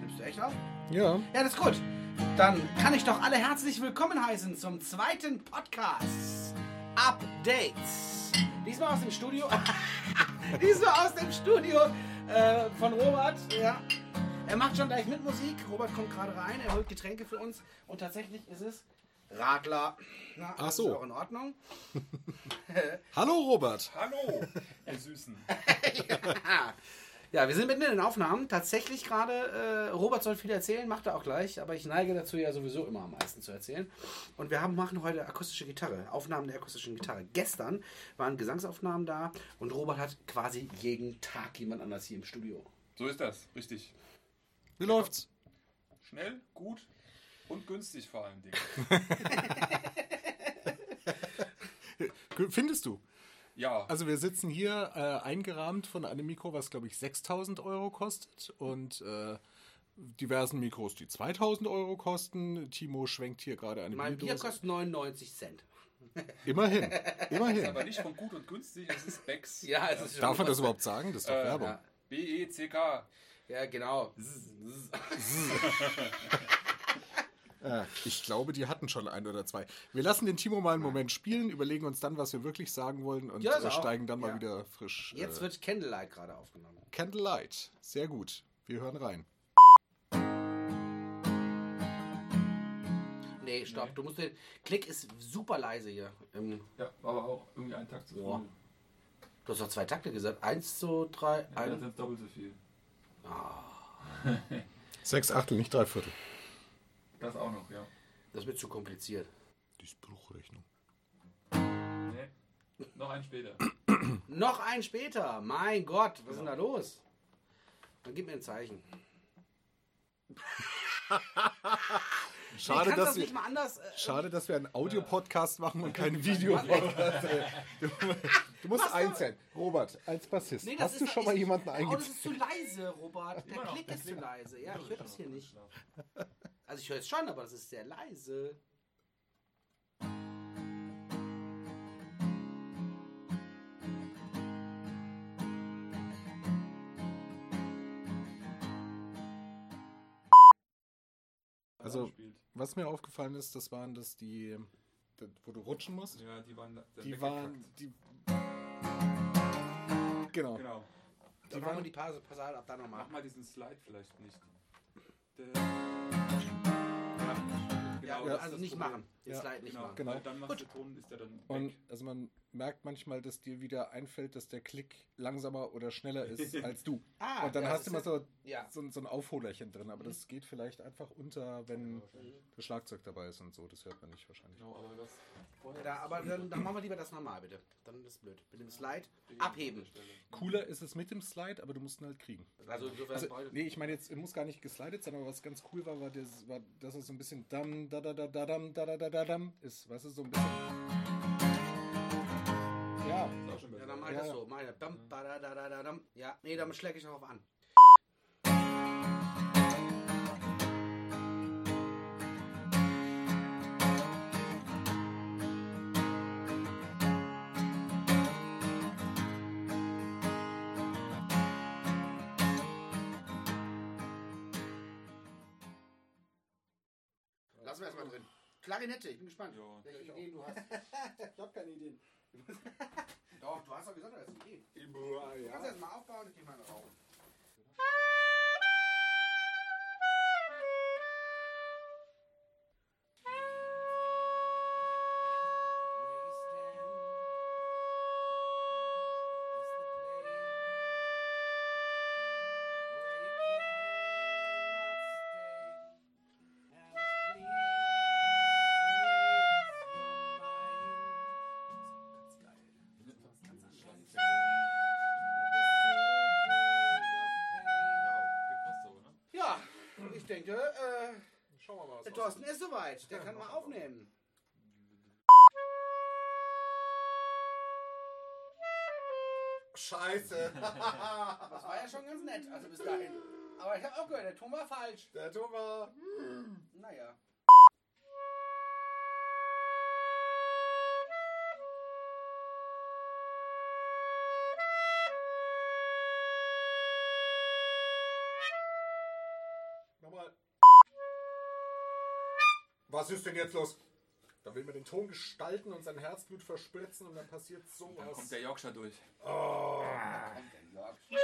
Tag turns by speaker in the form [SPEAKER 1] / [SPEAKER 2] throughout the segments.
[SPEAKER 1] Nimmst du echt auf?
[SPEAKER 2] Ja.
[SPEAKER 1] Ja, das ist gut. Dann kann ich doch alle herzlich willkommen heißen zum zweiten Podcast Updates. Diesmal aus dem Studio. Diesmal aus dem Studio äh, von Robert. Ja. Er macht schon gleich mit Musik. Robert kommt gerade rein, er holt Getränke für uns und tatsächlich ist es Radler. Na,
[SPEAKER 2] Ach
[SPEAKER 1] ist
[SPEAKER 2] so.
[SPEAKER 1] auch in Ordnung.
[SPEAKER 2] Hallo Robert.
[SPEAKER 3] Hallo, ihr Süßen.
[SPEAKER 1] Ja, wir sind mitten in den Aufnahmen. Tatsächlich gerade, äh, Robert soll viel erzählen, macht er auch gleich, aber ich neige dazu ja sowieso immer am meisten zu erzählen. Und wir haben, machen heute akustische Gitarre, Aufnahmen der akustischen Gitarre. Gestern waren Gesangsaufnahmen da und Robert hat quasi jeden Tag jemand anders hier im Studio.
[SPEAKER 3] So ist das, richtig.
[SPEAKER 2] Wie läuft's?
[SPEAKER 3] Schnell, gut und günstig vor allen Dingen.
[SPEAKER 2] Findest du?
[SPEAKER 3] Ja,
[SPEAKER 2] Also wir sitzen hier äh, eingerahmt von einem Mikro, was glaube ich 6000 Euro kostet und äh, diversen Mikros, die 2000 Euro kosten. Timo schwenkt hier gerade eine
[SPEAKER 1] Mein Bier
[SPEAKER 2] Bierdose.
[SPEAKER 1] kostet 99 Cent.
[SPEAKER 2] Immerhin, immerhin.
[SPEAKER 3] aber nicht von gut und günstig, es ist Becks.
[SPEAKER 1] Ja, es ist
[SPEAKER 2] Darf man das überhaupt sagen? Das ist doch
[SPEAKER 3] Äh,
[SPEAKER 2] Werbung.
[SPEAKER 1] ja.
[SPEAKER 3] B-E-C-K.
[SPEAKER 1] Ja, genau.
[SPEAKER 2] Äh, Ich glaube, die hatten schon ein oder zwei. Wir lassen den Timo mal einen Moment spielen, überlegen uns dann, was wir wirklich sagen wollen und
[SPEAKER 1] Ja, ist
[SPEAKER 2] äh,
[SPEAKER 1] auch-
[SPEAKER 2] steigen dann
[SPEAKER 1] ja.
[SPEAKER 2] mal wieder frisch. äh,
[SPEAKER 1] Jetzt wird Candlelight gerade aufgenommen.
[SPEAKER 2] Candlelight. Sehr gut. Wir hören rein.
[SPEAKER 1] Nee, stopp, du musst den. Klick ist super leise hier. Ähm,
[SPEAKER 3] Ja, war aber auch irgendwie ein Tag zu
[SPEAKER 1] Boah. Du hast doch zwei Takte gesagt. Eins, zwei, drei, ein.
[SPEAKER 3] sind doppelt so viel.
[SPEAKER 2] Sechs Achtel, nicht drei Viertel.
[SPEAKER 3] Das auch noch, ja.
[SPEAKER 1] Das wird zu kompliziert.
[SPEAKER 2] Die Spruchrechnung.
[SPEAKER 3] Nee. Noch ein später.
[SPEAKER 1] Noch ein später. Mein Gott, was ist denn da los? Dann gib mir ein Zeichen.
[SPEAKER 2] Schade,
[SPEAKER 1] nee, kannst
[SPEAKER 2] dass
[SPEAKER 1] das
[SPEAKER 2] wir,
[SPEAKER 1] nicht mal anders. Äh,
[SPEAKER 2] schade, dass wir einen Audio-Podcast machen und keinen Video-Podcast. ey. Du, du musst eins sein. Robert, als Bassist,
[SPEAKER 1] nee, das
[SPEAKER 2] hast
[SPEAKER 1] ist
[SPEAKER 2] du
[SPEAKER 1] doch-
[SPEAKER 2] schon mal
[SPEAKER 1] ich-
[SPEAKER 2] jemanden
[SPEAKER 1] Oh, das
[SPEAKER 2] eingezogen?
[SPEAKER 1] ist zu leise, Robert. Der Klick ist zu leise. Ja, ich höre das hier nicht. Also ich höre es schon, aber das ist sehr leise.
[SPEAKER 2] Also, was mir aufgefallen ist, das waren das die, das, wo du rutschen musst.
[SPEAKER 3] ja, die waren.
[SPEAKER 2] Die waren. Die, genau.
[SPEAKER 3] Genau.
[SPEAKER 1] Dann machen wir die Pause, Passage ab da nochmal.
[SPEAKER 3] Mach mal diesen Slide vielleicht nicht.
[SPEAKER 1] Ja,
[SPEAKER 2] genau das
[SPEAKER 1] also nicht machen. Jetzt
[SPEAKER 2] Ja,
[SPEAKER 1] leid nicht
[SPEAKER 3] Genau,
[SPEAKER 1] machen.
[SPEAKER 2] Genau.
[SPEAKER 3] Weil dann machst du Ton, ist der dann weg.
[SPEAKER 2] Und also man merkt manchmal, dass dir wieder einfällt, dass der Klick langsamer oder schneller ist als du.
[SPEAKER 1] Ah,
[SPEAKER 2] Und dann
[SPEAKER 1] ja,
[SPEAKER 2] hast du immer
[SPEAKER 1] das
[SPEAKER 2] so,
[SPEAKER 1] ja.
[SPEAKER 2] so, ein- so ein Aufholerchen drin. Aber das geht vielleicht einfach unter, wenn das Schlagzeug dabei ist und so. Das hört man nicht wahrscheinlich.
[SPEAKER 3] Genau, aber das
[SPEAKER 1] Ja, Da, aber dann, dann machen wir lieber das normal, bitte. Dann ist es blöd. Mit dem Slide abheben.
[SPEAKER 2] Cooler ist es mit dem Slide, aber du musst ihn halt kriegen.
[SPEAKER 1] Also insofern
[SPEAKER 2] Also,
[SPEAKER 1] beide.
[SPEAKER 2] nee, ich meine jetzt, muss gar nicht geslidet sein, aber was ganz cool war, war, das, war dass es so ein bisschen dam, da, da, da, da, dam, da, da, da, da, dam ist. Weißt du, so ein bisschen. Ja,
[SPEAKER 3] ist auch schon besser.
[SPEAKER 1] Ja, dann mach ich
[SPEAKER 2] Ja,
[SPEAKER 1] das
[SPEAKER 2] ja.
[SPEAKER 1] so. Mach ich das. Dam, badadadadadam. Ja, nee, damit schläge ich darauf an. Lassen wir erstmal drin. Klarinette, ich bin gespannt.
[SPEAKER 3] Ja.
[SPEAKER 1] Welche Ideen du hast.
[SPEAKER 2] ich habe keine Ideen.
[SPEAKER 1] Doch, du hast doch gesagt, du hast Ideen. Du kannst erst mal aufbauen, ich geh mal rauf. Ja, ich denke, äh,
[SPEAKER 3] Schauen wir mal, was
[SPEAKER 1] der Thorsten ist soweit. Der kann mal aufnehmen.
[SPEAKER 4] Scheiße.
[SPEAKER 1] Das war ja schon ganz nett, also bis dahin. Aber ich habe auch gehört, der Ton war falsch.
[SPEAKER 4] Der Thomas.
[SPEAKER 1] Naja.
[SPEAKER 4] Nochmal.
[SPEAKER 2] was ist denn jetzt los? Da will man den Ton gestalten und sein Herzblut verspritzen und dann passiert
[SPEAKER 3] Dann kommt
[SPEAKER 2] sowas.
[SPEAKER 3] der Yorkshire durch. Dann kommt der Yorkshire.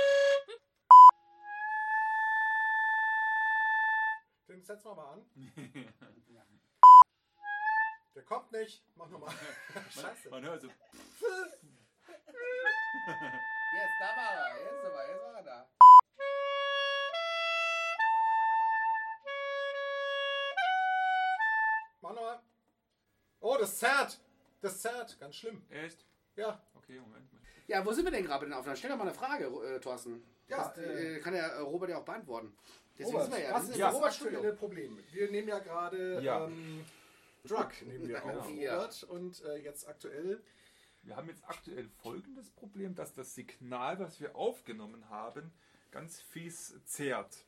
[SPEAKER 2] Den setzen wir mal an. Der kommt nicht. Mach nochmal. Scheiße.
[SPEAKER 3] Man hört so.
[SPEAKER 1] Jetzt, da war er. Jetzt, war er, jetzt war er da.
[SPEAKER 2] Mach nochmal. Oh, das zerrt. Das zerrt. Ganz schlimm.
[SPEAKER 3] Echt?
[SPEAKER 2] Ja.
[SPEAKER 3] Okay, Moment. mal.
[SPEAKER 1] Ja, wo sind wir denn gerade bei den Aufnahmen? Stell doch mal eine Frage, äh, Thorsten.
[SPEAKER 2] Ja,
[SPEAKER 1] das, äh, kann ja äh, Robert ja auch beantworten. Deswegen
[SPEAKER 2] Robert,
[SPEAKER 1] sind wir ja.
[SPEAKER 2] was
[SPEAKER 1] das
[SPEAKER 2] ist
[SPEAKER 1] ja.
[SPEAKER 2] das aktuelle Problem? Wir nehmen ja gerade
[SPEAKER 3] Ja.
[SPEAKER 2] ähm, Drug nehmen wir auf,
[SPEAKER 1] Ja.
[SPEAKER 2] Robert. Und äh, jetzt aktuell
[SPEAKER 3] Wir haben jetzt aktuell folgendes Problem, dass das Signal, was wir aufgenommen haben, ganz fies zerrt.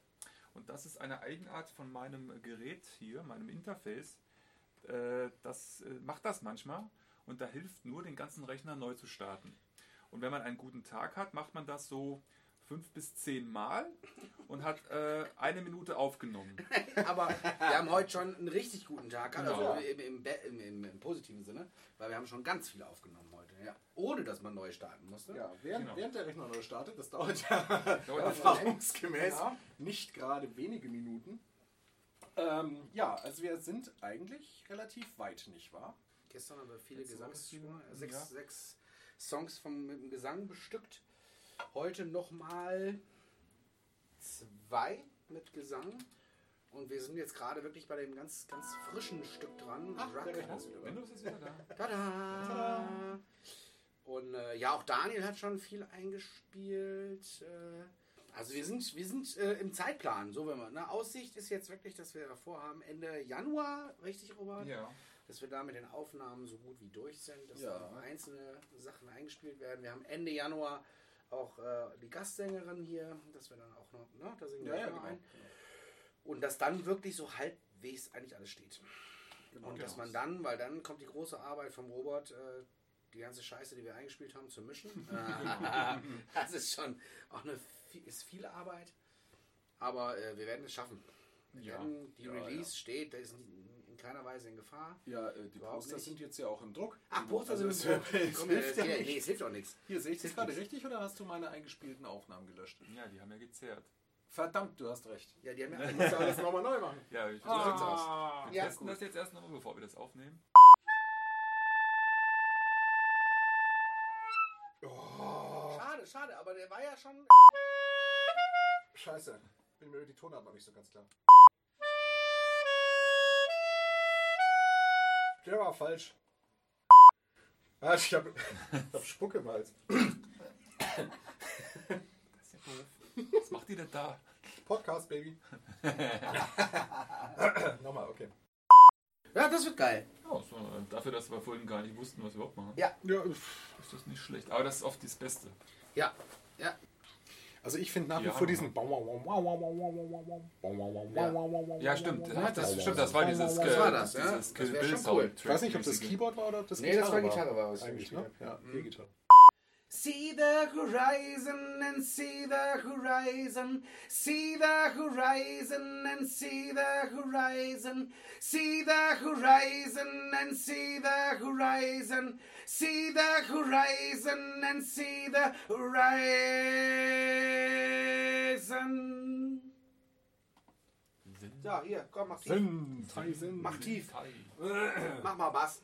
[SPEAKER 3] Und das ist eine Eigenart von meinem Gerät hier, meinem Interface. Äh, Das äh, macht das manchmal und da hilft nur, den ganzen Rechner neu zu starten. Und wenn man einen guten Tag hat, macht man das so fünf bis zehn Mal und hat äh, eine Minute aufgenommen.
[SPEAKER 1] Aber wir haben heute schon einen richtig guten Tag. gehabt, Also
[SPEAKER 3] Genau.
[SPEAKER 1] im, im, Be- im, im, im positiven Sinne, weil wir haben schon ganz viel aufgenommen heute. Ja. Ohne, dass man neu starten musste.
[SPEAKER 2] Ja, während,
[SPEAKER 3] Genau.
[SPEAKER 2] während der Rechner neu startet, das dauert ja
[SPEAKER 3] Dauert
[SPEAKER 2] erfahrungsgemäß
[SPEAKER 1] Ja.
[SPEAKER 2] nicht gerade wenige Minuten. Ähm, ja, also wir sind eigentlich relativ weit, nicht wahr?
[SPEAKER 1] Gestern haben wir viele
[SPEAKER 3] Letzte Woche
[SPEAKER 1] Gesangsstimmen,
[SPEAKER 3] schon,
[SPEAKER 1] sechs,
[SPEAKER 3] ja.
[SPEAKER 1] sechs Songs von, mit dem Gesang bestückt. Heute nochmal zwei mit Gesang. Und wir sind jetzt gerade wirklich bei dem ganz, ganz frischen Stück dran.
[SPEAKER 2] Ach,
[SPEAKER 1] Ruck.
[SPEAKER 2] der Rechner ist wieder da.
[SPEAKER 3] Windows ist wieder da.
[SPEAKER 1] Tada!
[SPEAKER 2] Tada!
[SPEAKER 1] Und äh, ja, auch Daniel hat schon viel eingespielt. Äh, also wir sind, wir sind äh, im Zeitplan, so wenn man. Ne? Aussicht ist jetzt wirklich, dass wir vorhaben, Ende Januar, richtig, Robert?
[SPEAKER 3] Ja.
[SPEAKER 1] dass wir da mit den Aufnahmen so gut wie durch sind, dass
[SPEAKER 2] Ja.
[SPEAKER 1] da noch einzelne Sachen eingespielt werden. Wir haben Ende Januar auch äh, die Gastsängerin hier, dass wir dann auch noch, ne, da singen wir
[SPEAKER 2] Ja, ja,
[SPEAKER 1] auch noch
[SPEAKER 2] genau.
[SPEAKER 1] ein. Und dass dann wirklich so halbwegs eigentlich alles steht.
[SPEAKER 2] Genau.
[SPEAKER 1] Und dass man dann, weil dann kommt die große Arbeit vom Robert, äh, die ganze Scheiße, die wir eingespielt haben, zu mischen. Äh, das ist schon auch eine vi- ist viel Arbeit. Aber äh, wir werden es schaffen. Wir
[SPEAKER 3] Ja.
[SPEAKER 1] werden, die
[SPEAKER 2] Ja, ja.
[SPEAKER 1] Release steht, da ist in in keiner Weise in Gefahr.
[SPEAKER 2] Ja, äh, die
[SPEAKER 1] Überhaupt
[SPEAKER 2] Poster
[SPEAKER 1] nicht.
[SPEAKER 2] sind jetzt ja auch im Druck.
[SPEAKER 1] Ach, Poster sind
[SPEAKER 2] Also
[SPEAKER 1] es
[SPEAKER 2] es-
[SPEAKER 1] hoch.
[SPEAKER 2] Es
[SPEAKER 1] Komm,
[SPEAKER 2] hilft ja
[SPEAKER 1] äh, Nee,
[SPEAKER 2] nicht.
[SPEAKER 1] es hilft auch nichts.
[SPEAKER 2] Hier, sehe ich das
[SPEAKER 1] hilft
[SPEAKER 2] gerade
[SPEAKER 1] nichts.
[SPEAKER 2] richtig oder hast du meine eingespielten Aufnahmen gelöscht?
[SPEAKER 3] Ja, die haben ja gezerrt.
[SPEAKER 2] Verdammt, du hast recht.
[SPEAKER 1] Ja, die haben ja
[SPEAKER 2] Ich muss ja alles nochmal neu machen.
[SPEAKER 3] Ja, ich
[SPEAKER 2] Ah,
[SPEAKER 3] Wir
[SPEAKER 1] Ja,
[SPEAKER 3] testen das jetzt erst nochmal, bevor wir das aufnehmen.
[SPEAKER 1] Schade, schade, aber der war ja schon.
[SPEAKER 2] Scheiße. Bin mir über die Tonart noch nicht so ganz klar. Der war falsch. Ah, ich hab, ich hab Spuck im Hals.
[SPEAKER 3] Das ist ja doof. Was macht ihr denn da?
[SPEAKER 2] Podcast, Baby. Nochmal, okay.
[SPEAKER 1] Ja, das wird geil.
[SPEAKER 3] Ja, so, äh, dafür, dass wir vorhin gar nicht wussten, was wir überhaupt machen,
[SPEAKER 2] Ja,
[SPEAKER 3] ist das nicht schlecht. Aber das ist oft das Beste.
[SPEAKER 1] Ja, ja.
[SPEAKER 2] also ich finde nach wie
[SPEAKER 3] Ja.
[SPEAKER 2] vor diesen...
[SPEAKER 3] Ja, stimmt.
[SPEAKER 1] Ja, das-
[SPEAKER 3] das, stimmt, das war dieses,
[SPEAKER 2] Das
[SPEAKER 3] äh,
[SPEAKER 1] war das, ja.
[SPEAKER 3] dieses
[SPEAKER 1] Das wär
[SPEAKER 3] Kill
[SPEAKER 1] schon
[SPEAKER 3] Bill
[SPEAKER 1] cool.
[SPEAKER 3] Soundtrack
[SPEAKER 2] Ich weiß nicht, ob das
[SPEAKER 3] mäßige.
[SPEAKER 2] Keyboard war oder ob das
[SPEAKER 1] Nee, das war Gitarre, war
[SPEAKER 2] war
[SPEAKER 1] es
[SPEAKER 2] Eigentlich, ne?
[SPEAKER 1] gespielt
[SPEAKER 2] Ja, die Gitarre.
[SPEAKER 1] See the horizon and see the horizon. See the horizon and see the horizon. See the horizon and see the horizon. See the horizon and see the horizon. Ja, hier, komm, mach tief.
[SPEAKER 2] Synthesizer.
[SPEAKER 1] Mach tief.
[SPEAKER 3] Hi.
[SPEAKER 1] Mach mal Bass.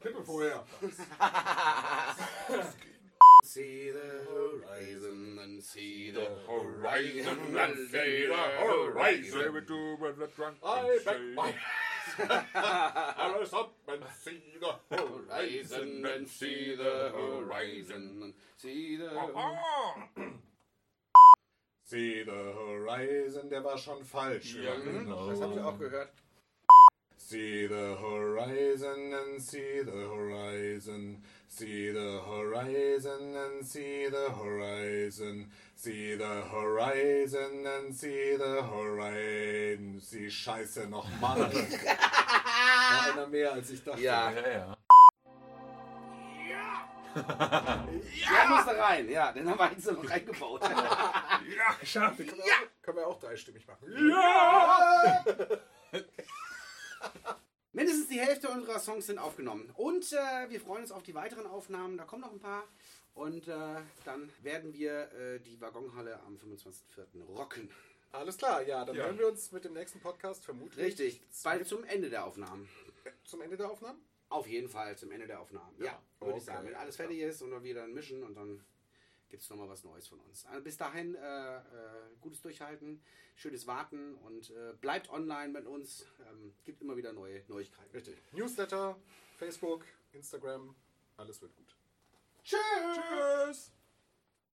[SPEAKER 2] Kippe vorher.
[SPEAKER 1] See the horizon and see the
[SPEAKER 3] Horizon
[SPEAKER 1] and see the horizon.
[SPEAKER 2] I back my
[SPEAKER 1] horizon and see the horizon and see the
[SPEAKER 2] See the
[SPEAKER 1] Hm.
[SPEAKER 2] horizon, der war schon falsch.
[SPEAKER 3] Ja, genau.
[SPEAKER 1] Das habt ihr auch gehört.
[SPEAKER 2] See the horizon and see the horizon. See the horizon and see the horizon. See the horizon and see the horizon. Sie scheiße nochmal. war einer mehr als ich dachte.
[SPEAKER 1] Ja.
[SPEAKER 3] Ja, ja.
[SPEAKER 1] Der musste rein, ja, den haben wir jetzt noch reingebaut.
[SPEAKER 3] Ja, geschafft.
[SPEAKER 2] Können wir, Können wir auch dreistimmig machen.
[SPEAKER 3] Ja!
[SPEAKER 1] Mindestens die Hälfte unserer Songs sind aufgenommen. Und äh, wir freuen uns auf die weiteren Aufnahmen. Da kommen noch ein paar. Und äh, dann werden wir äh, die Waggonhalle am 25.04. rocken.
[SPEAKER 2] Alles klar, ja, dann
[SPEAKER 3] Ja.
[SPEAKER 2] hören wir uns mit dem nächsten Podcast vermutlich
[SPEAKER 1] Richtig. Bald zum Ende der Aufnahmen.
[SPEAKER 2] zum Ende der Aufnahmen.
[SPEAKER 1] Auf jeden Fall zum Ende der Aufnahmen. Ja, würde ich
[SPEAKER 2] Okay,
[SPEAKER 1] sagen. Wenn alles
[SPEAKER 2] ja.
[SPEAKER 1] fertig ist und wir dann mischen und dann gibt es nochmal was Neues von uns. Also bis dahin, äh, äh, gutes Durchhalten, schönes Warten und äh, bleibt online mit uns. Ähm, gibt immer wieder neue Neuigkeiten.
[SPEAKER 2] Richtig. Newsletter, Facebook, Instagram, alles wird gut.
[SPEAKER 1] Tschüss!
[SPEAKER 3] Tschüss.